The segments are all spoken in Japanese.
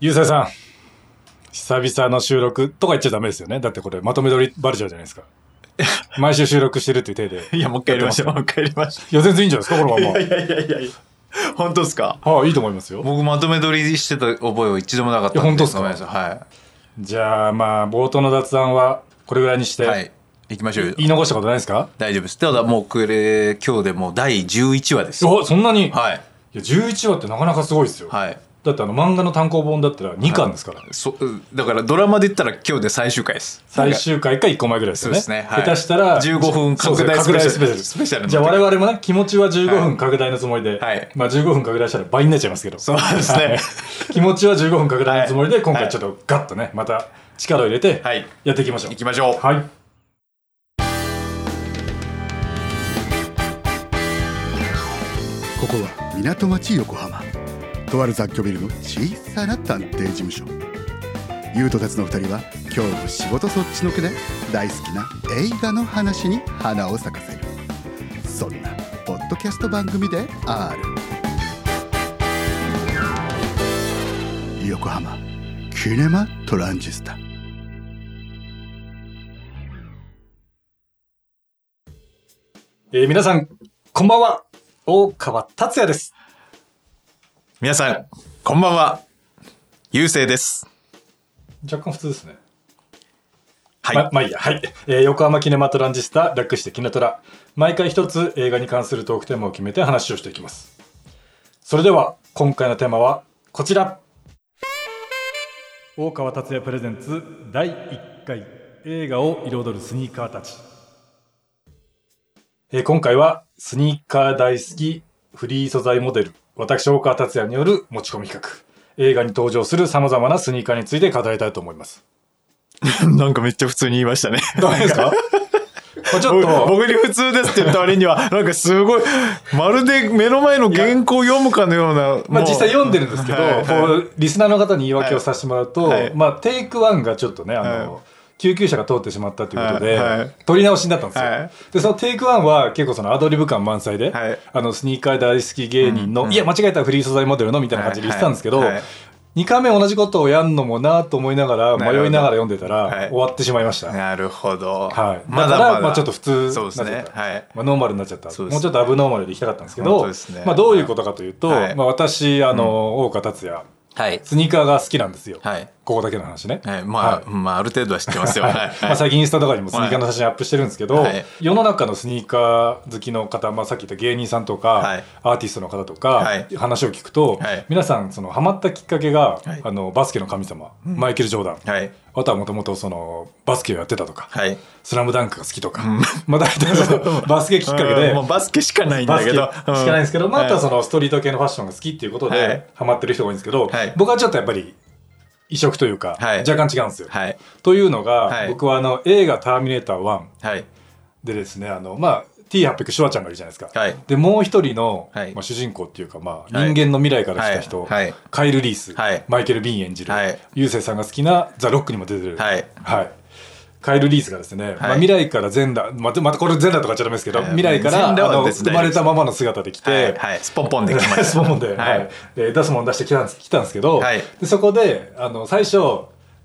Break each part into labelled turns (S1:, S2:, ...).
S1: ゆうさいさん、久々の収録とか言っちゃダメですよね。だってこれまとめ撮りバレちゃうじゃない ですか。毎週収録してるっていう体で。
S2: いや、もう一回やりましょう。もう一回やりましょ
S1: いや、全然いいんじゃないですか、こ
S2: う。い
S1: のま
S2: や
S1: ま
S2: いやいやいやいや。本当ですか。
S1: はい、いいと思いますよ。
S2: 僕まとめ撮りしてた覚えは一度もなかったんで。
S1: いや本当っすか
S2: ごめんなさい。は
S1: じゃあ、まあ、冒頭の雑談はこれぐらいにし
S2: い。
S1: て、
S2: はい。行きましょうよ。
S1: 言い残したことないですか
S2: 大丈夫です。ただもうこれ、今日でもう第11話です。は
S1: おそんなに、い、
S2: い。
S1: や、11話ってなかなかすごいですよ。
S2: はい。
S1: だってあの漫画の単行本だったら2巻ですから。
S2: そだからドラマで言ったら今日で最終回です。
S1: 最終回か1個前ぐらいです
S2: そ
S1: よ
S2: う
S1: ね。
S2: ですね。はい
S1: 下手したら、
S2: 15分
S1: そうそ
S2: 拡
S1: う
S2: 大スペシャル。
S1: スペシャル。
S2: スペシャルの
S1: じゃあ我々もね、気持ちは15分拡大のつもりで、
S2: はい
S1: まあ15分拡大したら倍になっちゃいますけど。
S2: そうです
S1: は
S2: ね
S1: い。気持ちは15分拡大のつもりで、今回
S2: はい
S1: ちょっとガッとね、また力を入れて
S2: はい、
S1: やっていきましょう
S2: 行。きましょう。
S1: はい。
S3: ここは港町横浜とある雑居ビルの小さな探偵事務所優斗たちの2人は今日も仕事そっちのけで大好きな映画の話に花を咲かせるそんなポッドキャスト番組である横浜キネマトランジスタ
S1: えー皆さん、こんばんは。大川達也です。
S2: 皆さん、こんばんは。ゆうせいです。
S1: 若干普通ですね。
S2: はい。
S1: ままあいいや、はい、えー横浜キネマトランジスタ略してキネトラ毎回一つ映画に関するトークテーマを決めて話をしていきますそれでは今回のテーマはこちら大川達也プレゼンツ第1回映画を彩るスニーカーたち、えー今回はスニーカー大好きフリー素材モデル私大川達也による持ち込み企画映画に登場するさまざまなスニーカーについて語りたいと思います
S2: なんかめっちゃ普通に言いましたね。
S1: ダメですかまあちょっ
S2: 僕
S1: と
S2: 僕に普通ですって言った割には、なんかすごい、まるで目の前の原稿を読むかのような。
S1: まあ、
S2: もう
S1: 実際読んでるんですけど、
S2: はいはい
S1: こうリスナーの方に言い訳をさせてもらうと、
S2: はいはい
S1: まあ、テイクワンがちょっとねあの、
S2: は
S1: 救急車が通ってしまったということで、
S2: はいはい
S1: 撮り直しになったんですよ、
S2: はい
S1: でそのテイクワンは結構そのアドリブ感満載で、
S2: はい
S1: あのスニーカー大好き芸人の、
S2: うんうん
S1: いや間違えたフリー素材モデルのみたいな感じで言ってたんですけど、
S2: はいはい
S1: 2回目同じことをやんのもなと思いながら
S2: なるほど
S1: 迷いながら読んでたら、
S2: はい
S1: 終わってしまいました、はい
S2: なるほど。
S1: だからまあ、ちょっと普通
S2: そうです
S1: になっ
S2: ね
S1: ちゃ。った
S2: はい。
S1: まあ、ノーマルになっちゃった、
S2: そうです
S1: もうちょっとアブノーマルでいきたかったんですけ
S2: 本
S1: ど
S2: 当ですね
S1: まあ、どういうことかというと、
S2: はい
S1: まあ、私あの、大岡達也
S2: はい。
S1: スニーカーが好きなんですよ、
S2: はい。
S1: ここだけの話ね、
S2: はい。ま
S1: はい
S2: あ、まあ、ある程度は知ってますよ。
S1: は
S2: はいい。
S1: まあ、最近インスタとかにもスニーカーの写真アップしてるんですけど、
S2: はい
S1: 世の中のスニーカー好きの方、まあ、さっき言った芸人さんとか、
S2: はい
S1: アーティストの方とか、
S2: はい
S1: 話を聞くと、
S2: はい
S1: 皆さんそのハマったきっかけが、
S2: はい
S1: あのバスケの神様、マイケル・ジョーダン、
S2: はい。
S1: あとはもともとそのバスケをやってたとか、
S2: はい。
S1: スラムダンクが好きとか、 まあ、大体その バスケきっかけで
S2: うんもうバスケしかないん
S1: バ
S2: だ
S1: スケ
S2: け
S1: し
S2: ど。
S1: かないんですけど、まあ、あとはそ
S2: の。
S1: のストリート系のファッションが好きっていうこと
S2: は
S1: で
S2: い
S1: ハマってる人が多いんですけど、
S2: はい
S1: 僕はちょっとやっぱり異色というか、
S2: はい
S1: 若干違うんですよ。
S2: はい。
S1: というのが、
S2: はい
S1: 僕はあの映画「ターミネーター1
S2: はい。」
S1: でですねあの、まあ、T800 シュワちゃんがいるじゃないですか。
S2: はい。
S1: でもう一人の、
S2: はい
S1: まあ、主人公っていうか、まあ、人
S2: はい
S1: 間の未来から来た人、
S2: はいはい
S1: カイル・リース、
S2: はい
S1: マイケル・ビーン演じる、
S2: はい
S1: ゆうせいさんが好きな「ザ・ロック」にも出てる、
S2: はい。
S1: はい。カイル・リースがですね、まあ、未来から全裸、まあ、またこれ全裸とか言っちゃダメですけど、
S2: はい
S1: 未来からあ
S2: 全裸は
S1: の
S2: 別に
S1: 生
S2: 大丈
S1: ま
S2: 夫
S1: れ
S2: です
S1: たままの姿で来て、
S2: はい。はい。スポンポンでき ました。
S1: スポモンで、
S2: は
S1: はい
S2: い。
S1: えー出すもん出してきたんです来たんですけど、
S2: はい
S1: でそこであの最初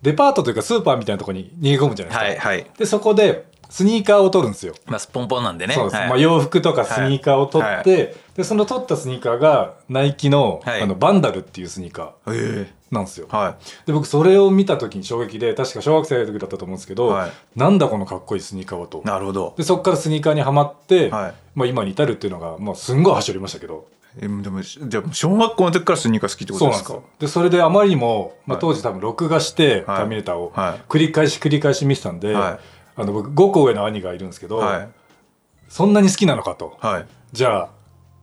S1: デパートというかスーパーみたいなところに逃げ込むじゃないですか、
S2: はい。はい。
S1: でそこでスニーカーを取るんですよ、
S2: まあ、スポンポンなんでね。
S1: そうです、
S2: はい
S1: まあ、洋服とかスニーカーを取って、
S2: は
S1: でその取ったスニーカーがナイキの,、
S2: はい
S1: あのバンダルっていうスニーカ
S2: え
S1: ーなんですよ
S2: えは
S1: で僕それを見た時に衝撃で確か小学生の時だったと思うんですけど、
S2: はい
S1: なんだこのかっこいいスニーカーはと
S2: い。なるほど。
S1: でそこからスニーカーにはまって、
S2: はい
S1: まあ、今に至るっていうのが、まあ、すんごい走りましたけど
S2: えでも、じゃあ小学校の時からスニーカー好きってこ
S1: そう
S2: とで
S1: なんで
S2: す
S1: す
S2: か
S1: よでそれであまりにも、まあ、
S2: はい
S1: 当時多分録画して、
S2: はい
S1: ターミネーターを
S2: はい
S1: 繰り返し繰り返し見てたんで、
S2: はい
S1: あの僕5個上の兄がいるんですけど、
S2: はい。
S1: そんなに好きなのかと
S2: はい。
S1: じゃあ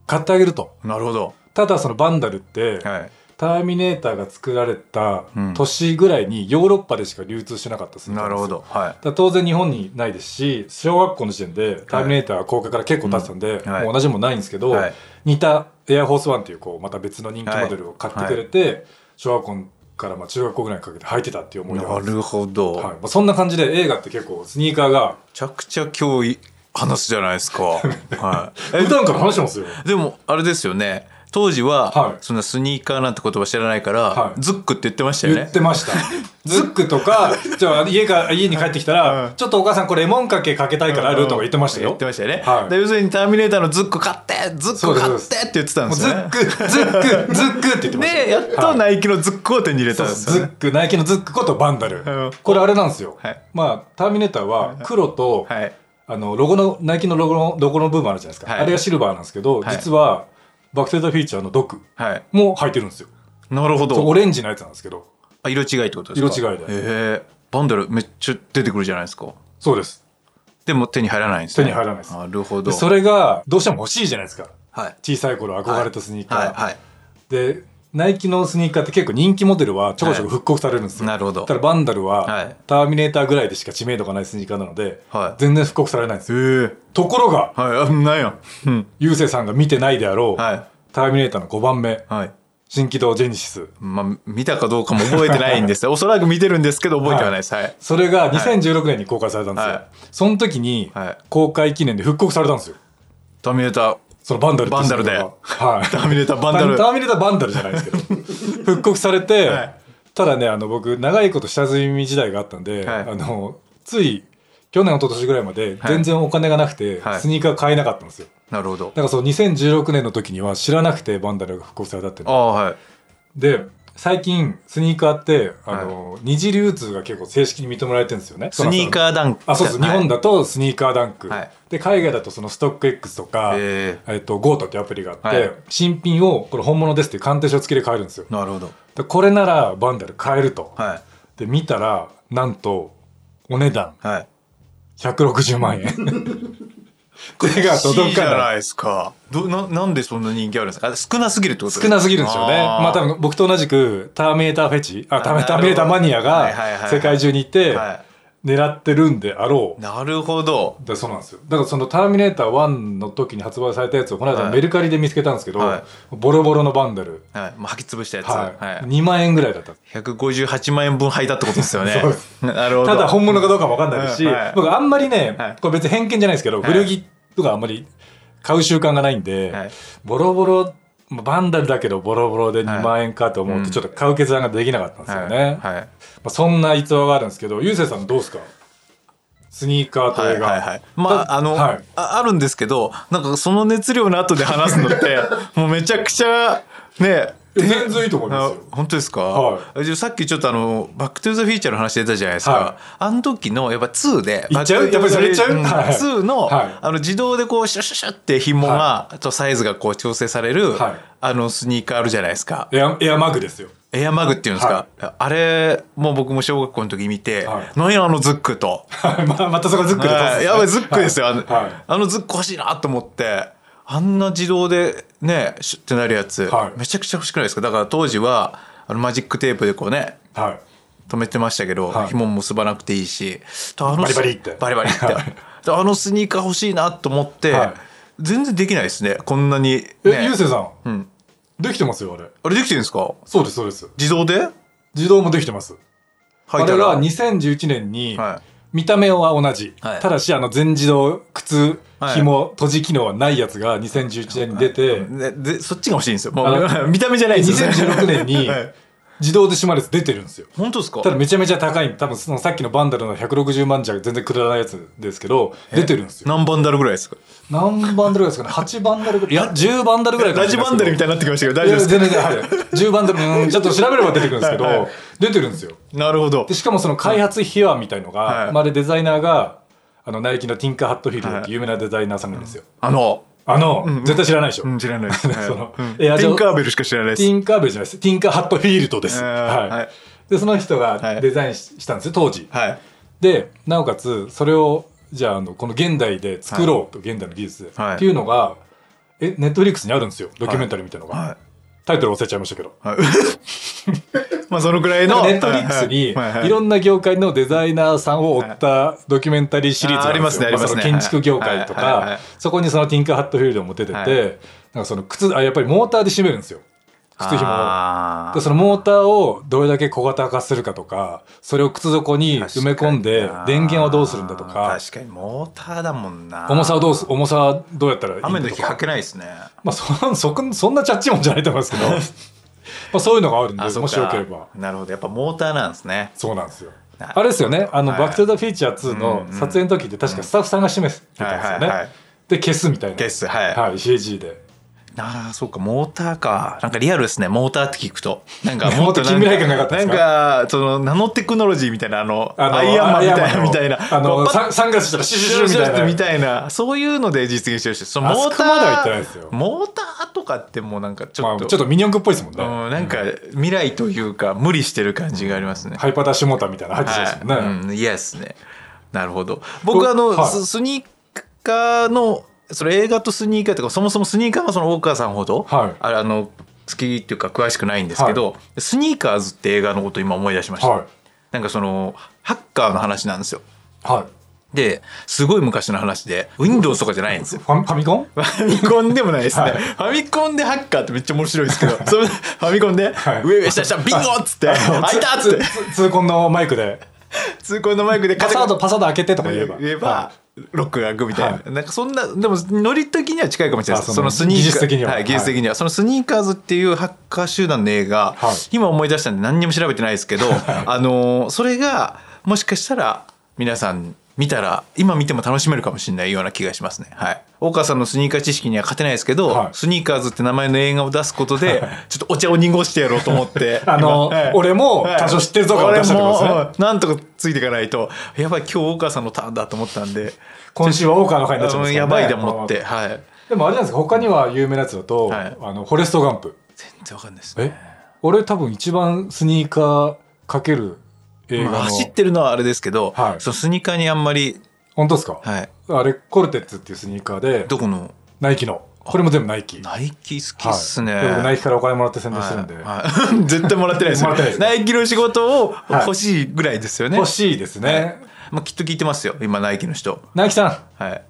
S1: 買ってあげると
S2: なるほど。
S1: ただそのバンダルって、
S2: はい。
S1: ターミネーターが作られた
S2: うん
S1: 年ぐらいにヨーロッパでしか流通しなかったですね
S2: なるほど。は
S1: だから当然日本にないですし小学校の時点で「ターミネーター」公開から結構経ってたんで、
S2: うんはい
S1: もう同じもんないんですけど、
S2: はい
S1: 似たエアフォースワンっていうこうまた別の人気モデルを買ってくれて、小学校からまあ中学校ぐらいにかけて履いてたっていう
S2: い。
S1: 思い
S2: な
S1: 出がある
S2: るほど。
S1: はいまあ、そんな感じで映画って結構スニーカーが
S2: めちゃくちゃ 今日い話すじゃないですか。はい。
S1: 普段から話してますよ。
S2: でもあれですよね当時は、
S1: はい
S2: そんなスニーカーなんて言葉知らないから、
S1: はい
S2: ズックって言ってましたよ
S1: 言っ
S2: ね
S1: てま した。ズックとか、じゃあ家が、家に帰ってきたら、
S2: うん
S1: ちょっとお母さんこれレモンかけかけたいからルーとか言ってましたよ。
S2: 言ってましたよね、
S1: はい
S2: で要するに「ターミネーター」のズック買ってズック買ってって言ってたん
S1: も
S2: で
S1: う
S2: す
S1: ズ
S2: よ
S1: ッ
S2: ね
S1: ク、ズック、ズックって言ってましたよ。
S2: でやっとナイキのズックを手に入れ
S1: そ
S2: た
S1: うんそ
S2: で
S1: うズ
S2: すよ
S1: ッ
S2: ね
S1: ク、ナイキのズックことバンダル
S2: うん。
S1: これあれなんですよ
S2: はい。
S1: まあ、ターミネーターは黒と、
S2: はい
S1: あの、ロゴの、ナイキのロゴの、ロゴの部分あるじゃないですか。
S2: はい
S1: あれがシルバーなんですけど、
S2: はい
S1: 実は、バックセイドフィーチャーの毒
S2: はい
S1: も入ってるんですよ。
S2: なるほ
S1: そう
S2: ど
S1: オレンジのやつなんですけど。
S2: あ色違いってことですか
S1: 色違いで
S2: ええバンダルめっちゃ出てくるじゃないですか
S1: そうです。
S2: でも手に入らないんですね
S1: 手に入らないです
S2: なるほ
S1: で
S2: ど
S1: それが、どうしても欲しいじゃないですか。
S2: はい
S1: 小さい頃憧れたスニーカー。
S2: はいはい
S1: でナイキのスニーカーって結構人気モデルはちょこちょこ復刻されるんですよ、
S2: なるほど
S1: ただバンダルは、
S2: はい
S1: ターミネーターぐらいでしか知名度がないスニーカーなので、
S2: はい
S1: 全然復刻されないんです
S2: ええ
S1: よところが
S2: はいあなんやうん
S1: ゆうせいさんが見てないであろう、
S2: はい
S1: ターミネーターの5番目
S2: はい
S1: 新機動ジェネシス
S2: まあ見たかどうかも覚えてない んですおそらく見てるんですけど覚えてはないですはい
S1: それが2016年に公開されたんですよ、
S2: はい
S1: その時に
S2: はい
S1: 公開記念で復刻されたんですよ
S2: ターミネーター
S1: そのバンダルっていうスニーカーが
S2: バン
S1: はい
S2: ターミネーターバンダル
S1: ターミネーターバンダルじゃないですけど復刻されて、
S2: はい
S1: ただねあの僕長いこと下積み時代があったんで、
S2: はい
S1: あのつい去年一昨年ぐらいまで全然お金がなくて、
S2: はい
S1: スニーカー買えなかったんですよ
S2: なるほど
S1: だからその2016年の時には知らなくてバンダルが復刻されたっていう
S2: あ
S1: の
S2: あはい
S1: で最近スニーカーってあの、二次流通が結構正式に認められてるんですよね
S2: スニーカーダンク
S1: あそうです、
S2: はい
S1: 日本だとスニーカーダンク、
S2: はい
S1: で海外だとそのストック X とか、
S2: へ
S1: えっと GOTO っていうアプリがあって、
S2: はい
S1: 新品をこれ本物ですっていう鑑定書付きで買えるんですよ
S2: なるほど
S1: でこれならバンダル買えると、
S2: はい
S1: で見たらなんとお値段
S2: はい
S1: 160万円手が
S2: いい
S1: 届
S2: じ
S1: か
S2: ゃ
S1: ない
S2: ないですかどななんでそんな人気あるんですかあ少なすぎるってこ と
S1: 少なすぎるんですよね
S2: あー
S1: まあ多分僕と同じくターミネーターフェチあターミネーター
S2: な
S1: メ
S2: る
S1: ー
S2: ほ
S1: タ
S2: ど
S1: ーマニア
S2: はいはいはいは
S1: が
S2: い
S1: 世界中にいて
S2: は
S1: 狙ってるんであろう、
S2: いなるほど
S1: でそうなんですよだからその「ターミネーター1」の時に発売されたやつをこの間
S2: はい
S1: メルカリで見つけたんですけど、
S2: はい
S1: ボロボロのバンダル、
S2: はいもう履き潰したやつ
S1: はい
S2: はい
S1: 2万円ぐらいだった
S2: 158万円分履いたってことですよね
S1: そうです
S2: なるほど
S1: ただ本物かどうかも分かんないですし、
S2: うんはい
S1: 僕あんまりね、
S2: はい
S1: これ別に偏見じゃないですけど、
S2: はい
S1: 古着とかあんまり買う習慣がないんで、
S2: はい
S1: ボロボロまあバンダルだけどボロボロで
S2: は
S1: 2
S2: い
S1: 万円かと思ってちょっと買う決断ができなかったんですよね、ま
S2: はいはい
S1: あ、そんな逸話があるんですけどゆうせいさんどうですかスニーカーと
S2: は
S1: 映
S2: い
S1: 画、
S2: はいはい、まあ
S1: だ
S2: あの、
S1: はい
S2: ああるんですけどなんかその熱量の後で話すのってもうめちゃくちゃね
S1: 全然いいと思いま
S2: あ
S1: すよ
S2: 本当ですか、
S1: は
S2: じゃあさっきちょっとあの「バック・トゥ・ザ・フィーチャー」の話出たじゃないですか、
S1: は
S2: あの時のやっぱ2で
S1: いっちゃうやっぱりそれいっちゃう
S2: うん
S1: はいはい
S2: 2の,、
S1: はい
S2: あの自動でこうシュシュシュって紐が、とサイズがこう調整される、
S1: はい
S2: あのスニーカーあるじゃないですか
S1: エアエアマグですよ
S2: エアマグっていうんですか、あれも僕も小学校の時見て
S1: はい
S2: 「何やあのズック」と。
S1: はいままたそこはズックで通すんです
S2: はい
S1: ね
S2: やばいズックですよ、
S1: はい
S2: あの
S1: はい
S2: あのズック欲しいなと思ってあんな自動でねシュッてなるやつ、
S1: はい
S2: めちゃくちゃ欲しくないですかだから当時はあのマジックテープでこうね
S1: はい
S2: 止めてましたけど、
S1: はい
S2: 紐も結ばなくていいしあの
S1: バリバリって
S2: バリバリって
S1: は
S2: であのスニーカー欲しいなと思って、
S1: はい
S2: 全然できないですねこんなに、ね、
S1: え、ゆうせいさん、
S2: ん
S1: できてますよ、あれ。
S2: あれできてるんですか
S1: そうです、そうです。
S2: 自動で
S1: 自動もできてます。
S2: 履い
S1: あ
S2: た
S1: れ
S2: ら
S1: は2011年に、
S2: は
S1: 見た目は同じ。
S2: はい
S1: ただし、あの、全自動靴、
S2: はい
S1: 紐、閉じ機能はないやつが2011年に出て、
S2: ででそっちが欲しいんですよも
S1: あ
S2: う見た目じゃないですよね
S1: 2016年に
S2: はい
S1: 自動で閉まるやつ出てるんですよ。
S2: 本当ですか
S1: ただめちゃめちゃ高い、多分そのさっきのバンダルの160万じゃ全然くだらないやつですけど、出てるんですよ。
S2: 何番ダルぐらいですか
S1: 何バンダルぐらいですかね ?8 バンダルぐらい。いや、10バンダルぐらいかも
S2: ラ
S1: し
S2: ジ
S1: れないですけど
S2: バンダルみたいになってきましたけど
S1: い
S2: 大丈
S1: や
S2: 夫です
S1: 全然はい10番でうんちょっと調べれば出てくるんですけど、
S2: はい
S1: 出てるんですよ
S2: かなるほど
S1: でしかもその開発秘話みたいのが、
S2: はい
S1: まるでデザイナーがあのナイキのティンカー・ハットフィールドっていう有名なデザイナーさんなんですよ、
S2: あの
S1: あの、絶対知らないでしょ、
S2: うん知らない です、はい
S1: その
S2: うん
S1: エアジ
S2: テ
S1: ョ
S2: ィンカーベルしか知らないで
S1: テ
S2: す
S1: ィンカーベルじゃないですティンカー・ハットフィールドです、
S2: えー
S1: はい
S2: はい
S1: でその人
S2: は
S1: が
S2: い
S1: デザインししたんですよ当時、
S2: はい
S1: でなおかつそれをじゃああのこの現代で作ろうと、現代の技術で、
S2: はい
S1: っていうのがえネットフリックスにあるんですよドキュメンタリーみたいのが、
S2: はい
S1: タイトル忘れちゃいましたけど
S2: はい まあそのくらい
S1: なん
S2: の
S1: かネットフリックスに
S2: はいはい
S1: いろんな業界のデザイナーさんを追ったドキュメンタリーシリーズがるんですよ
S2: あーありますね
S1: あ
S2: ありますね
S1: その建築業界と
S2: はいはいはいは
S1: か
S2: い
S1: そこにそのティンカー・ハットフィールドも出てて、
S2: はい
S1: なんかその靴あやっぱりモーターで締めるんですよ靴紐を。
S2: あー
S1: でそのモーターをどれだけ小型化するかとかそれを靴底に埋め込んで
S2: 確かにな
S1: 電源はどうするんだとか
S2: 確かにモーターだもんな
S1: 重さはどうす重さはどうやったらいいんだとか
S2: 雨の日履けないですね
S1: まあそんそこそんなチャッチもんじゃないと思います けどまあそういうのがあるんで
S2: あそっ
S1: も
S2: か
S1: しよければ
S2: なるほどやっぱモーターなんですね
S1: そうなんですよ
S2: な
S1: あれですよねあの「
S2: はい
S1: バック・トゥ・ザ・フィーチャー2」の撮影の時って確かスタッフさんが示してたんですよ
S2: はいはいはい
S1: ねで消すみたいな
S2: ゲスはい、
S1: はい CG で
S2: ああそうかモーターかなんかリアルですねモーターって聞くとなんか
S1: もっと近未来感なかったですか
S2: なんかそのナノテクノロジーみたいなあの
S1: あの
S2: アイアンマンみたいな
S1: の
S2: みたいな
S1: あ
S2: こう
S1: の
S2: パッ
S1: サンサングラスしたらシュシュシュ
S2: シ
S1: み
S2: ュ
S1: たいな
S2: みたいなそういうので実現してるしその
S1: あ
S2: モー
S1: そ
S2: タ
S1: こ
S2: ー
S1: までは言ってないですよ
S2: モーターとかってもうなんかち
S1: ま
S2: ょ
S1: あ
S2: っと、
S1: ちょっとミニ四駆っぽいですもんね
S2: うん、なんか未来というか無理してる感じがありますね、
S1: ハイパーダッシュモーターみたいなの入ってそうですもんね、
S2: はいうん、いやですねなるほど僕あの、
S1: はい
S2: ススニーカーのそれ映画とスニーカーとかそもそもスニーカーはその大川さんほど、
S1: はい
S2: あれあの好きっていうか詳しくないんですけど、スニーカーズって映画のこと今思い出しました、
S1: はい
S2: なんかそのハッカーの話なんですよ
S1: はい
S2: ですごい昔の話で Windows とかじゃないんですよ
S1: ファミファミコン
S2: ファミコンでもないですね、
S1: はい
S2: ファミコンでハッカーってめっちゃ面白いですけどそのファミコンで、
S1: はい
S2: 上上下下ビンゴっつって
S1: あの
S2: 開いたっつって
S1: つつ 通コンのマイクで
S2: 通行のマイクでカ
S1: パ
S2: チャ
S1: スワ
S2: カチ
S1: ー
S2: ャ
S1: ドパスワード開けてとか言えば
S2: 言えば
S1: は、
S2: ロックが開くみたいな、
S1: は
S2: なんかそんなでもノリ的には近いかもしれないです
S1: あ
S2: そ
S1: そ
S2: の
S1: の
S2: スニーカー
S1: 技術的には
S2: はい、技術的には、そのスニーカーズっていうハッカー集団の映画、
S1: はい
S2: 今思い出したんで何にも調べてないですけど、あのーそれがもしかしたら皆さん見たら今見ても楽しめるかもしれないような気がしますね。はい。大川さんのスニーカー知識には勝てないですけど、
S1: はい
S2: スニーカーズって名前の映画を出すことで、ちょっとお茶を濁してやろうと思って。
S1: あの
S2: 今はい
S1: 俺も多少知ってるぞ感を出してってことですね
S2: 俺もうんなんとかついていかないとやばい今日大川さんのターンだと思ったんで
S1: 今週は大川の会になっちゃいます
S2: うん
S1: から
S2: や
S1: ね
S2: ばいと思ってはい全
S1: でもあれなんですか他には有名なやつだと、
S2: はい
S1: あのフォレスト・ガンプ
S2: 然わかんないです
S1: え
S2: ね
S1: 俺多分一番スニーカーかける映画の、
S2: まあ走ってるのはあれですけど、
S1: はい
S2: そのスニーカーにあんまり、
S1: 本当ですか、
S2: はい、
S1: あれコルテッツっていうスニーカーで
S2: どこの
S1: ナイキのこれも全部ナイキ
S2: ナイキ好きっすね、
S1: はいで僕ナイキからお金もらって宣伝してるんで、
S2: はいはい 絶対もらってないですよ
S1: もらってないですね
S2: ナイキの仕事を
S1: い
S2: 欲しいぐらいですよね、
S1: 欲しいですね、
S2: まあ、きっと聞いてますよ今ナイキの人
S1: ナイキさん
S2: はい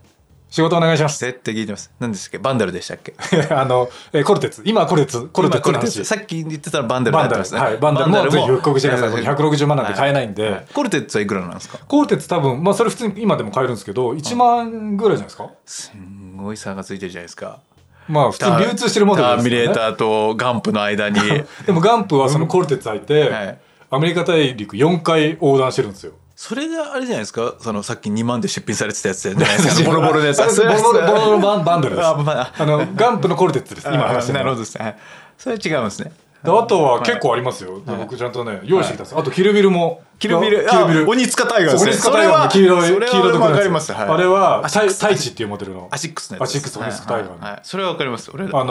S1: 仕事お願いします
S2: 絶対聞いてます何でしたっけバンダルでしたっけ
S1: あの、えーコルテッツ今はコルテッツコルテッツの話
S2: さっき言ってたらバンダルに
S1: バン
S2: なって
S1: ダル
S2: ますね
S1: はいバンダルもぜひ復刻してくださいこれ160万なんて買えないんで、
S2: はいコルテッツはいくらなんですか
S1: コルテッツ多分まあそれ普通に今でも買えるんですけど1万ぐらいじゃないですか
S2: すんごい差がついてるじゃないですか
S1: まあ普通に流通してるもの
S2: タ
S1: で
S2: ー
S1: す
S2: ミ
S1: よね
S2: ネーターとガンプの間に
S1: でもガンプはそのコルテッツ履いて、
S2: はい
S1: アメリカ大陸4回横断してるんですよ
S2: それがあれじゃないですかそのさっき2万で出品されてたやつじゃないですかボロ ボロのや つ
S1: あれボロボロボロボロバンバンドルです
S2: あ
S1: あ
S2: まあ
S1: のガンプのコルテッツです今
S2: 今
S1: 話して
S2: な
S1: る
S2: る
S1: の
S2: ほどですねはいそれは違うんですね
S1: であとは結構ありますよ、僕ちゃんとね用意してきたんです、あとキルビルも
S2: キルビル
S1: キルビ
S2: あ
S1: ル
S2: 鬼塚大河
S1: そ
S2: です
S1: う
S2: ね
S1: 鬼塚大河の黄色い
S2: それは
S1: 黄色と黒いやつ
S2: わかりますはい
S1: あれは
S2: アシッ
S1: タイ
S2: クス
S1: タイチっていうモデルの
S2: アシックスのやつ
S1: アシックス鬼塚大河の
S2: はいはいそれはわかります俺
S1: あの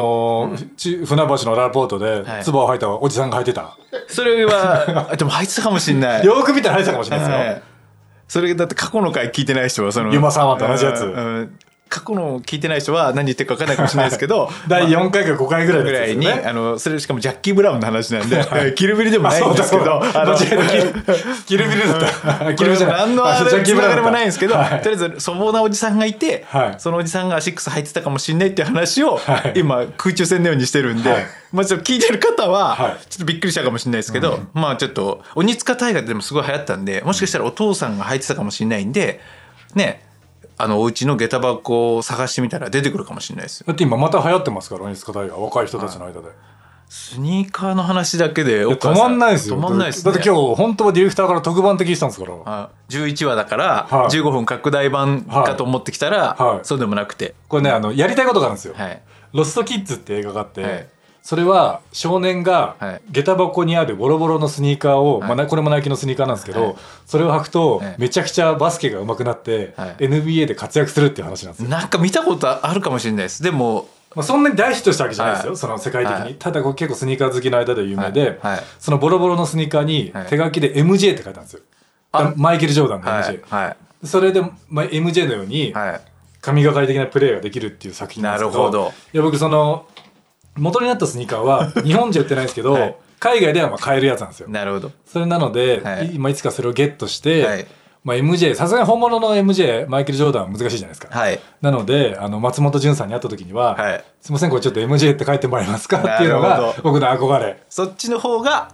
S1: ーち船橋のラポートで
S2: はい
S1: 唾を吐いたおじさんが履いてた
S2: それはあでも入ってたかもしれない
S1: よく見たら履いてたかもしれないですよ、
S2: はいそれだって過去の回聞いてない人はその
S1: ユマさんはと同じやつ
S2: うんうん過去の聞いてない人は何言ってるか分かんないかもしれないです けど
S1: 第4回か5回ぐらいの
S2: ぐ
S1: や
S2: ら
S1: つです
S2: い
S1: よ
S2: に、
S1: ね
S2: あのそれしかもジャッキー・ブラウンの話なんで、えキルビリでも
S1: あ
S2: ない
S1: そう
S2: んで
S1: だ
S2: すけ
S1: そう
S2: ど
S1: だ
S2: あの
S1: 間違えたキルキルビルだ ったキルビルじゃない
S2: 何のあ
S1: そうジャ
S2: れ
S1: ッキー
S2: つ
S1: ブ
S2: な
S1: ラウンだった
S2: がりもないんですけど、
S1: はい
S2: とりあえず粗暴なおじさんがいて、
S1: はい
S2: そのおじさんがアシックス入ってたかもしれないっていう話を、
S1: はい
S2: 今空中戦のようにしてるんで、
S1: はい
S2: まあちょっと聞いてる方は、
S1: はい
S2: ちょっとびっくりしたかもしれないですけど、まあちょっと鬼塚大河ってでもすごい流行ったんでもしかしたらお父さんが入ってたかもしれないんでねあのお家の下駄箱を探してみたら出てくるかもしれないですよ
S1: だって今また流行ってますから鬼塚大河若い人たちの間で、
S2: スニーカーの話だけで
S1: いや止まんないですよ
S2: 止まんないです、
S1: だ
S2: ね、
S1: ってだって今日本当はディレクターから特番的にしたんですから
S2: あ11話だから
S1: はい
S2: 15分拡大版かと思ってきたら、
S1: はい
S2: そうでもなくて、
S1: これねあのやりたいことがあるんですよ、
S2: はい、
S1: ロストキッズって映画があって、
S2: はい
S1: それは少年
S2: はい
S1: が下駄箱にあるボロボロのスニーカーを、
S2: はい
S1: まあな、これもナイキのスニーカーなんですけど、
S2: はい
S1: それを履くと
S2: はい
S1: めちゃくちゃバスケが上手くなって、
S2: はい
S1: NBA で活躍するっていう話なんですよ、
S2: なんか見たことあるかもしれないですでも
S1: まあ、そんなに大ヒットしたわけじゃないですよ、
S2: はい
S1: その世界的に、
S2: はい
S1: ただこう結構スニーカー好きの間では有名で、
S2: はいはい
S1: そのボロボロのスニーカーに
S2: はい
S1: 手書きで MJ って書いたんですよ、
S2: あ
S1: マイケル・ジョーダンの MJ、
S2: はい、は
S1: それで、まあ、MJ のように、
S2: いはい、
S1: 神がかり的なプレーができるっていう作品なんですけど
S2: なるほど
S1: いや僕その元になったスニーカー は日本じゃ売ってないんですけど、
S2: はい
S1: 海外ではまあ買えるやつなんですよ
S2: なるほど
S1: それなので、
S2: はい
S1: い、今いつかそれをゲットして、
S2: はい
S1: まあ、MJ さすがに本物の MJ マイケル・ジョーダンは難しいじゃないですか、
S2: はい
S1: なのであの松本潤さんに会った時には「
S2: はい
S1: すいませんこれちょっと MJ って書いてもらえますか?」っていうのが
S2: なるほど
S1: 僕の憧れ
S2: そっちの方が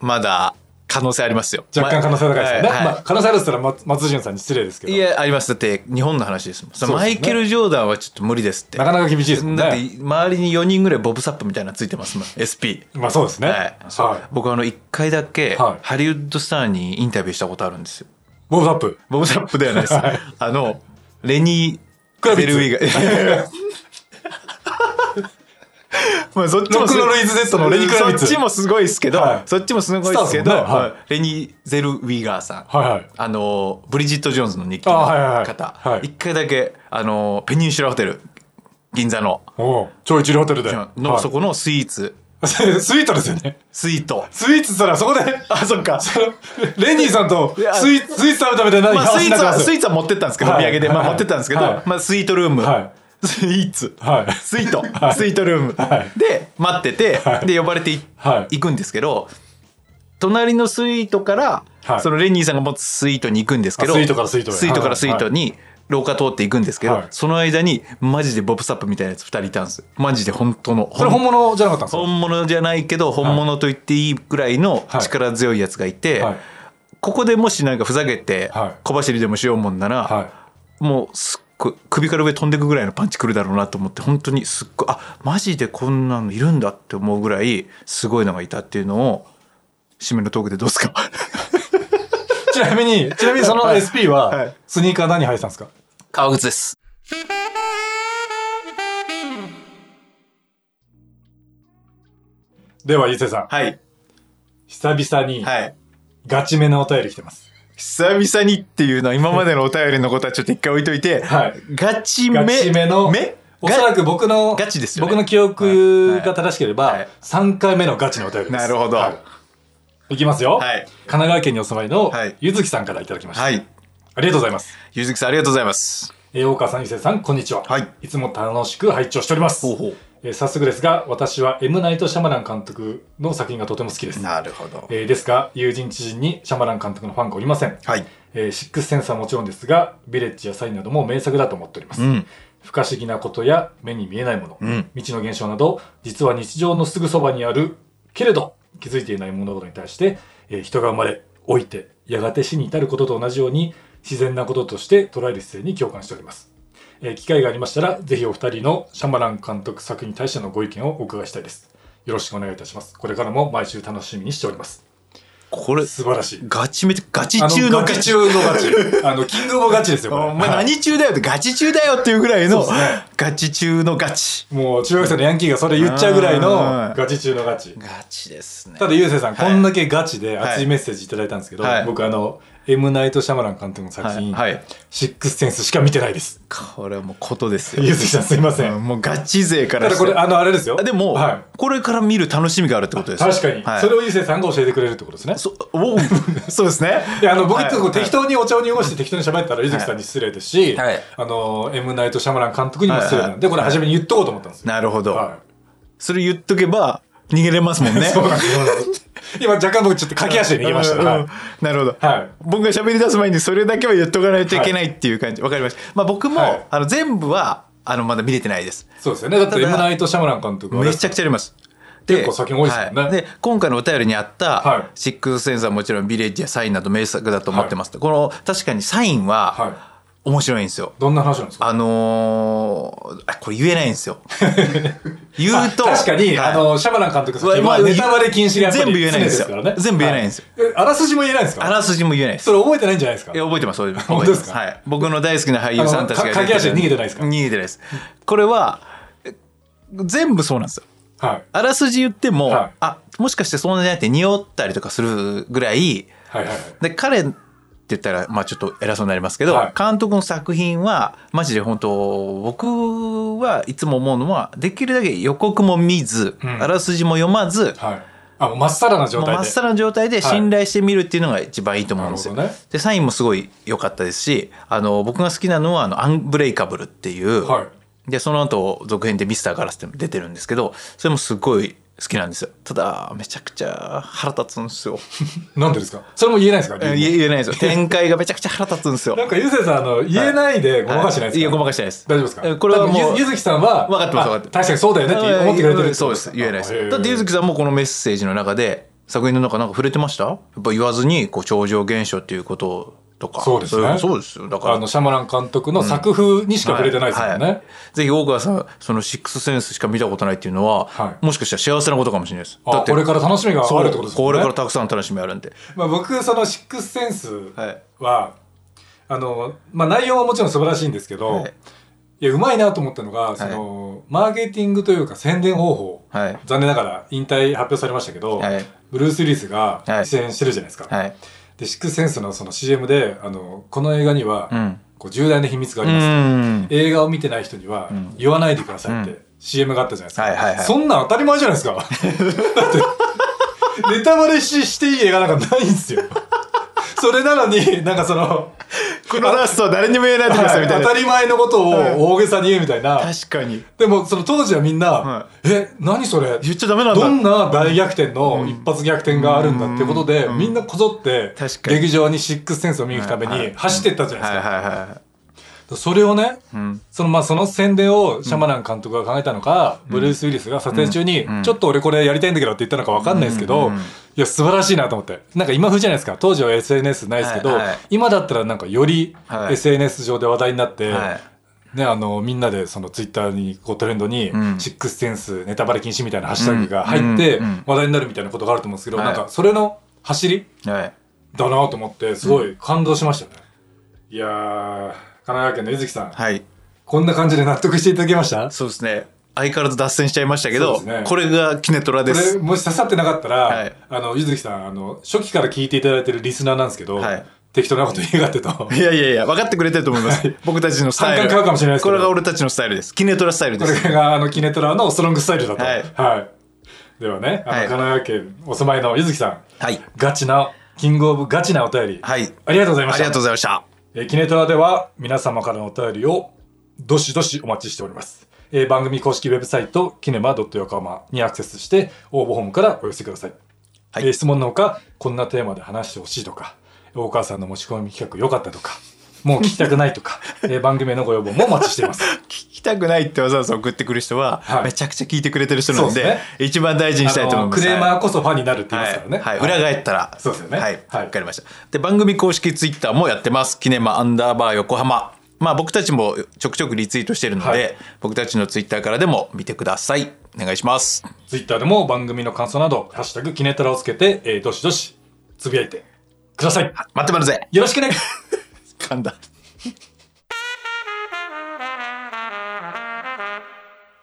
S2: まだ可能性ありますよ
S1: 若干可能性高いですよね、
S2: はいはい
S1: まあ、可能性あるって言ったら松松潤さんに失礼ですけど
S2: いやありますだって日本の話ですもんその
S1: そうですね
S2: マイケル・ジョーダンはちょっと無理ですって
S1: なかなか厳しいですもん
S2: だって
S1: ね
S2: 周りに4人ぐらいボブサップみたいなのついてますもん SP
S1: まあそうですね
S2: はい、そう
S1: はい
S2: 僕あの1回だけ
S1: はい
S2: ハリウッドスターにインタビューしたことあるんですよ
S1: ボブ・サップ
S2: ボブ・サップではないです。
S1: はい
S2: あの、レニ
S1: ク
S2: ー・
S1: ラビッ
S2: ベ
S1: ツ
S2: ルウィガ ー。まあそっち
S1: ロックのルイズ Z のレニークラビッツ
S2: そっちもすごいですけど、
S1: はい
S2: そっちもすごいですけ
S1: スターで
S2: ど、
S1: すもんねはい
S2: レニー・ゼルウィガーさん。
S1: はいはい
S2: あのブリジット・ジョーンズの日記の
S1: あはいはいはい
S2: 方一、
S1: はい
S2: 回だけあのペニンシュラホテル銀座の
S1: おう超一流ホテルで
S2: の、
S1: はい
S2: そこのスイーツ
S1: スイートですよね
S2: スイート
S1: スイーツしたらそ こで
S2: あそっか
S1: そのレニーさんと
S2: いや
S1: スイーツスイーツ食べたみたいな
S2: まあ、ス
S1: 話
S2: イ
S1: になって
S2: ーツ
S1: ま
S2: は、
S1: す
S2: スイ
S1: よ
S2: ーツは持ってったんですけど、
S1: はい
S2: お土産で、まあ、
S1: はい
S2: 持ってったんですけど、
S1: はい
S2: まあ、スイートルーム、
S1: は
S2: スイーツ、
S1: はい
S2: スイート、
S1: はい
S2: スイートルーム、
S1: はい
S2: で、待ってて、
S1: はい
S2: で、呼ばれてい、
S1: はい
S2: 行くんですけど、隣のスイートから、
S1: はい
S2: そのレニーさんが持つスイートに行くんですけど、
S1: あスイートからスイートへ
S2: スイートからスイートに、廊下通っていくんですけど、
S1: はい
S2: その間に、マジでボブサップみたいなやつ2人いたんです。マジで本当の。
S1: それ本物じゃなかったんです
S2: 本物じゃないけど本物と言っていいくらいの
S1: はい
S2: 力強いやつがいて、
S1: はい
S2: ここでもしなんかふざけて
S1: はい
S2: 小走りでもしようもんなら、
S1: かは
S2: もうすっごい首から上飛んでくぐらいのパンチくるだろうなと思って本当にすっごいあマジでこんなのいるんだって思うぐらいすごいのがいたっていうのを締めのトークでどうですか
S1: いちなみにちなみにその SP
S2: は
S1: はいスニーカー何履いてたんですか
S2: 革靴です
S1: では、ゆうせいさん。
S2: はい
S1: 久々に、
S2: はい
S1: ガチめのお便り来てます。
S2: 久々にっていうのは今までのお便りのことはちょっと一回置いといて、
S1: はい
S2: ガチめ
S1: ガチめの、
S2: め
S1: おそらく僕の、
S2: ガチですよね
S1: 僕の記憶が正しけれ
S2: はいは
S1: ば
S2: い、
S1: 3回目のガチのお便りです。
S2: なるほど
S1: はい。いきますよ。
S2: はい
S1: 神奈川県にお住まいの
S2: はい、
S1: ゆずきさんからいただきました。
S2: はい
S1: ありがとうございます。
S2: ゆずきさんありがとうございます
S1: えー大川さん、ゆうせいさん、こんにちは。
S2: はい
S1: いつも楽しく拝聴しております。
S2: ほうほう
S1: えー早速ですが、私は M ナイト・シャマラン監督の作品がとても好きです。
S2: なるほど
S1: えーですが、友人知人にシャマラン監督のファンがおりません。
S2: はい
S1: えーシックスセンスはもちろんですが、ヴィレッジやサインなども名作だと思っております。
S2: うん
S1: 不可思議なことや目に見えないもの、
S2: うん
S1: 未知の現象など、実は日常のすぐそばにあるけれど気づいていない物事に対して、えー人が生まれ、老いて、やがて死に至ることと同じように自然なこととして捉える姿勢に共感しております。えー機会がありましたら、ぜひお二人のシャマラン監督作品に対してのご意見をお伺いしたいです。よろしくお願いいたします。これからも毎週楽しみにしております。
S2: これ
S1: 素晴らしい。
S2: ガチめってガチ中の
S1: あ
S2: ガ
S1: ガチ
S2: チ
S1: 中のガチ。あの、キングオブガチですよ、これ
S2: お前
S1: はい
S2: 何中だよってガチ中だよっていうぐらいの
S1: そうですね
S2: ガチ中のガチ
S1: もう中学生のヤンキーがそれ言っちゃうぐらい
S2: うん
S1: のガチ中のガチ。
S2: ガチですね
S1: ただ、ゆうせいさん、
S2: はい
S1: こんだけガチで
S2: は
S1: 熱
S2: い
S1: いメッセージいただいたんですけど、
S2: はい
S1: 僕あの、M ナイト・シャマラン監督の作
S2: はい、
S1: 品、
S2: はい、
S1: シックスセンスしか見てないです。
S2: これはもうことですよ
S1: ゆうせいさんすいませ。
S2: うんんもうガチ勢か
S1: ただ
S2: らして
S1: これ、あの、あれですよ。
S2: あでも、
S1: は
S2: これから見る楽しみがあるってこと
S1: い。
S2: ですよ
S1: 確かに
S2: は。い、
S1: それをゆうせいさんが教えてくれるってことですね。
S2: そ おうそうですね
S1: いやあの僕ってこう
S2: はい
S1: 適当にお茶を濁して適当に喋ったら柚木さんに失礼ですし、
S2: はい
S1: あの M ナイト・シャマラン監督にも失礼なんで、これ初めに言っとこうと思ったんですよ。
S2: なるほど、
S1: はい
S2: それ言っとけば逃げれますもんね
S1: そうなんです。今若干僕ちょっと駆け足で逃げました。
S2: うん
S1: はい
S2: なるほど、
S1: はい
S2: 僕が喋り出す前にそれだけは言っとかないといけないっていう感じわ、かりました、まあ、僕も、
S1: はい
S2: あの全部はあのまだ見れてないです
S1: そうですよね。だって
S2: た
S1: M
S2: だ
S1: ナイト・シャマラン監督は
S2: めちゃくちゃありますで
S1: 結構作品多いですもんね
S2: はで今回のお便りにあった「
S1: はい
S2: シックス・センサー」もちろん「ビレッジ」や「サイン」など名作だと思ってます、この確かに「サイン」は
S1: は
S2: 面白いんですよ、
S1: どんな話なんですか
S2: あのーあこれ言えない んですよ言うと
S1: 確かに、
S2: は
S1: あ
S2: い
S1: のシャマラン監督さん
S2: まあ
S1: はネタバレ禁止がやっぱり
S2: 全部言えないんですよ
S1: 常からね
S2: 全部言えないんですよ
S1: はいえあらすじも言えないんです
S2: あ
S1: か
S2: らすじも言えないです
S1: それ覚えてないんじゃないですか
S2: いや覚えてます覚えてます
S1: 本当ですか
S2: はい、僕の大好きな俳優さんたちが
S1: あのか駆け足で逃げてないですか
S2: 逃げてないですこれはえ全部そうなんですよ
S1: はい。
S2: あらすじ言っても、
S1: はい
S2: あもしかしてそんなじゃなくて匂ったりとかするぐらい
S1: はいはいはい。
S2: で彼って言ったら、まあ、ちょっと偉そうになりますけど、
S1: はい
S2: 監督の作品はマジで本当僕はいつも思うのはできるだけ予告も見ず、
S1: うん
S2: あらすじも読まず、
S1: はい。あ、もう真っさらな状
S2: もう
S1: 態で。
S2: 真っさらな状態で信頼してみるっていうのが一番いいと思うんですよ。
S1: なるほどね
S2: でサインもすごい良かったですしあの僕が好きなのはあの「アンブレイカブル」っていう、
S1: はい
S2: でその後続編で「ミスターガラス」っていうのも出てるんですけどそれもすごい好きなんですよただめちゃくちゃ腹立つん ですよ
S1: なんでですかそれも言えないですか
S2: え
S1: 理由も
S2: 言え言えないですよ展開がめちゃくちゃ腹立つんですよ
S1: なんかゆずきさんあの言えないでごまかしてないですか、
S2: いやごまかしてないです
S1: 大丈夫です
S2: え
S1: か
S2: これはもう
S1: 多分ゆゆずきさんは
S2: 分かってます分かって
S1: あ
S2: ま
S1: 確
S2: す
S1: かにそうだよねって思ってくれてるってこと
S2: そうです言えないですだ
S1: だ
S2: っ
S1: ってて
S2: 柚
S1: ゆず
S2: 木さんもこのメッセージの中で作品の中なんか触れてましたやっぱ言わずにこう超常現象っていうこととか
S1: そうですね
S2: いそうですよだから
S1: あのシャマラン監督の作風にしか触れてないですもんね、
S2: ははぜひ大川さんそのシックスセンスしか見たことないっていうのは、
S1: はい
S2: もしかしたら幸せなことかもしれないです
S1: あ
S2: だって
S1: これから楽しみが
S2: そう
S1: あるってことですもんね
S2: これからたくさん楽しみあるんで
S1: まあ、僕そのシックスセンス
S2: はい
S1: は、あのまあ、内容はもちろん素晴らしいんですけど、
S2: はいい、
S1: やうまいなと思ったのが、そのマーケティングというか宣伝方法、
S2: はい
S1: 残念ながら引退発表されましたけど、
S2: はい
S1: ブルース・ウィリスが
S2: はい
S1: 出演してるじゃないですか、
S2: はい
S1: でシックスセンスのその CM であのこの映画には、
S2: うん
S1: こう重大な秘密があ
S2: う
S1: ります、
S2: ん
S1: 映画を見てない人には言わないでくださいって、
S2: う
S1: CM があったじゃないですか、
S2: はいはいはい
S1: そんなん当たり前じゃないですかだってネタバレししていい映画なんかないんですよそれなのになんかその
S2: このラストは誰にも言えないでくださいみたい
S1: 当
S2: な
S1: たり前のことを大げさに言うみたいな、
S2: 確かに
S1: でもその当時はみんな「
S2: は
S1: え何それ
S2: 言っちゃダメなんだ
S1: どんな大逆転の一発逆転があるんだ」ってことで、みんなこぞって
S2: 確かに
S1: 劇場にシックスセンスを見に行くために走ってったじゃないですか
S2: はい、はいは
S1: それをね、
S2: ん
S1: そのまあその宣伝をシャマラン監督が考えたのか、ブルース・ウィリスが撮影中に、ちょっと俺これやりたいんだけどって言ったのか分かんないですけど、いや素晴らしいなと思ってなんか今風じゃないですか当時は SNS ないですけど、
S2: はいはい
S1: 今だったらなんかより
S2: はい
S1: SNS 上で話題になって、
S2: いはい
S1: ね、あのみんなでそのツイッターにこうトレンドに「
S2: ん
S1: シックスセンスネタバレ禁止」みたいなハッシュタグが入って
S2: うんうんうん
S1: 話題になるみたいなことがあると思うんですけど、
S2: はい
S1: なんかそれの走り
S2: はい
S1: だなと思ってすごい感動しましたね、いやー神奈川県の柚木さん、
S2: はい
S1: こんな感じで納得していただけました
S2: そうですね相変わらず脱線しちゃいましたけど、
S1: そうですね
S2: これがキネトラ
S1: こ
S2: で
S1: れ
S2: す
S1: もし刺さってなかったら、
S2: はい
S1: あの柚木さんあの初期から聞いていただいてるリスナーなんですけど、
S2: はい
S1: 適当なこと言いやが ってと
S2: いやいやいや分かってくれてると思います、僕たちのスタイ
S1: 反
S2: ル
S1: 感買うかもしれないですけ
S2: こ
S1: ど
S2: れが俺たちのスタイルですキネトラスタイルで
S1: こ
S2: す
S1: れがあのキネトラのストロングスタイルだと
S2: はい
S1: ではねあの、
S2: は
S1: 神奈
S2: い
S1: 川県お住まいの柚木さん
S2: はい
S1: ガチなキングオブガチなお便り、
S2: はい
S1: ありがとうございま
S2: あ
S1: し
S2: り
S1: た
S2: がとうございました
S1: えーキネトラでは皆様からのお便りをどしどしお待ちしております。えー番組公式ウェブサイト、キネマ .yokama にアクセスして応募フォームからお寄せください。
S2: はい
S1: えー質問のほか、こんなテーマで話してほしいとか、大川さんの持ち込み企画良かったとか、もう聞きたくないとか、えー番組へのご要望もお待ちしています。
S2: 聞きたくないってわざわざ送ってくる人は、
S1: はい
S2: めちゃくちゃ聞いてくれてる人なん
S1: そう
S2: で
S1: です
S2: 一番大事にしたいと思います、
S1: あのクレー
S2: はい
S1: マーこそファンになるって言いますからね。
S2: はいはい裏返ったら
S1: そうですよね
S2: はい
S1: はい
S2: わかりましたで番組公式ツイッターもやってますキネマアンダーバー横浜まあ僕たちもちょくちょくリツイートしてるので、
S1: はい
S2: 僕たちのツイッターからでも見てくださいお願いします
S1: ツイッターでも番組の感想など、ハッシュタグキネトラをつけて、えーどしどしつぶやいてください。
S2: 待ってまるぜ
S1: よろしくね
S2: 噛んだ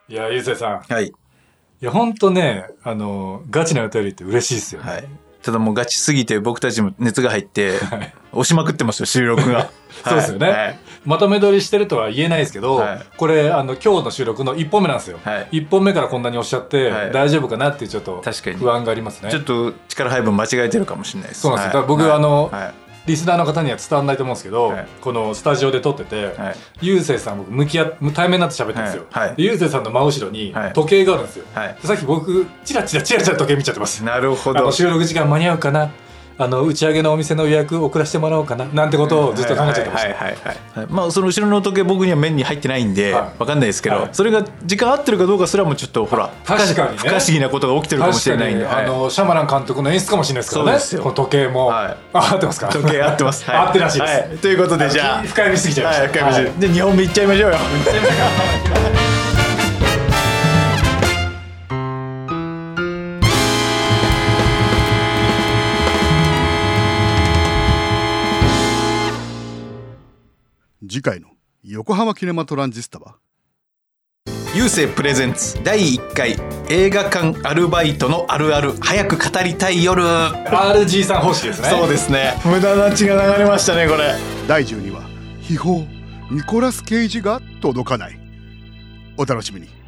S1: いや、ゆうせいさん。
S2: はい
S1: いや、ほんとね、あの、ガチなお便りって嬉しいですよね。
S2: はいただもうガチすぎて僕たちも熱が入って押しまくってますよ収録が
S1: そうですよね、
S2: はい
S1: まとめ撮りしてるとは言えないですけど、
S2: はい
S1: これあの今日の収録の1本目なんですよ、
S2: はい
S1: 一1本目からこんなにおっしゃって、
S2: はい
S1: 大丈夫かなっていうちょっと
S2: 確かに
S1: 不安がありますね
S2: ちょっと力配分間違えてるかもしれないです
S1: そうなんですよ
S2: はい
S1: だから僕
S2: はい
S1: あの
S2: はい
S1: リスナーの方には伝わんないと思うんですけど、
S2: はい
S1: このスタジオで撮ってて、
S2: はい
S1: ゆうせいさん僕向き合っ対面になって喋ってるんですよ、
S2: はいはい
S1: でゆうせいさんの真後ろに
S2: はい
S1: 時計があるんですよ、
S2: はい
S1: でさっき僕チラチラチラチラ時計見ちゃってます
S2: なるほ
S1: あ
S2: ど
S1: の収録時間間に合うかなあの打ち上げのお店の予約遅らせてもらおうかななんてことをずっと考えちゃってました、
S2: はいはいはいはいまあその後ろの時計僕には目に入ってないんで、
S1: はい
S2: わかんないですけど、
S1: はい
S2: それが時間合ってるかどうかすらもちょっとほら
S1: 確かにね
S2: 不可思議なことが起きてるかもしれないんで、
S1: 確か
S2: はい
S1: にあのシャマラン監督の演出かもしれないですからね
S2: そうですよ
S1: この時計も、
S2: はい
S1: あ合ってますか
S2: 時計合ってます、
S1: 合ってるらしいです、
S2: はということでじゃ あ
S1: 深読みすぎちゃいました、
S2: はい、深見
S1: はい
S2: 先生で2本目いっちゃいましょうよ
S3: 次回の横浜キネマトランジスタは
S2: 郵政プレゼンツ第1回映画館アルバイトのあるある早く語りたい夜
S1: RG さん方式ですね
S2: そうですね無駄な血が流れましたねこれ
S3: 第12話秘宝ニコラス・ケイジが届かないお楽しみに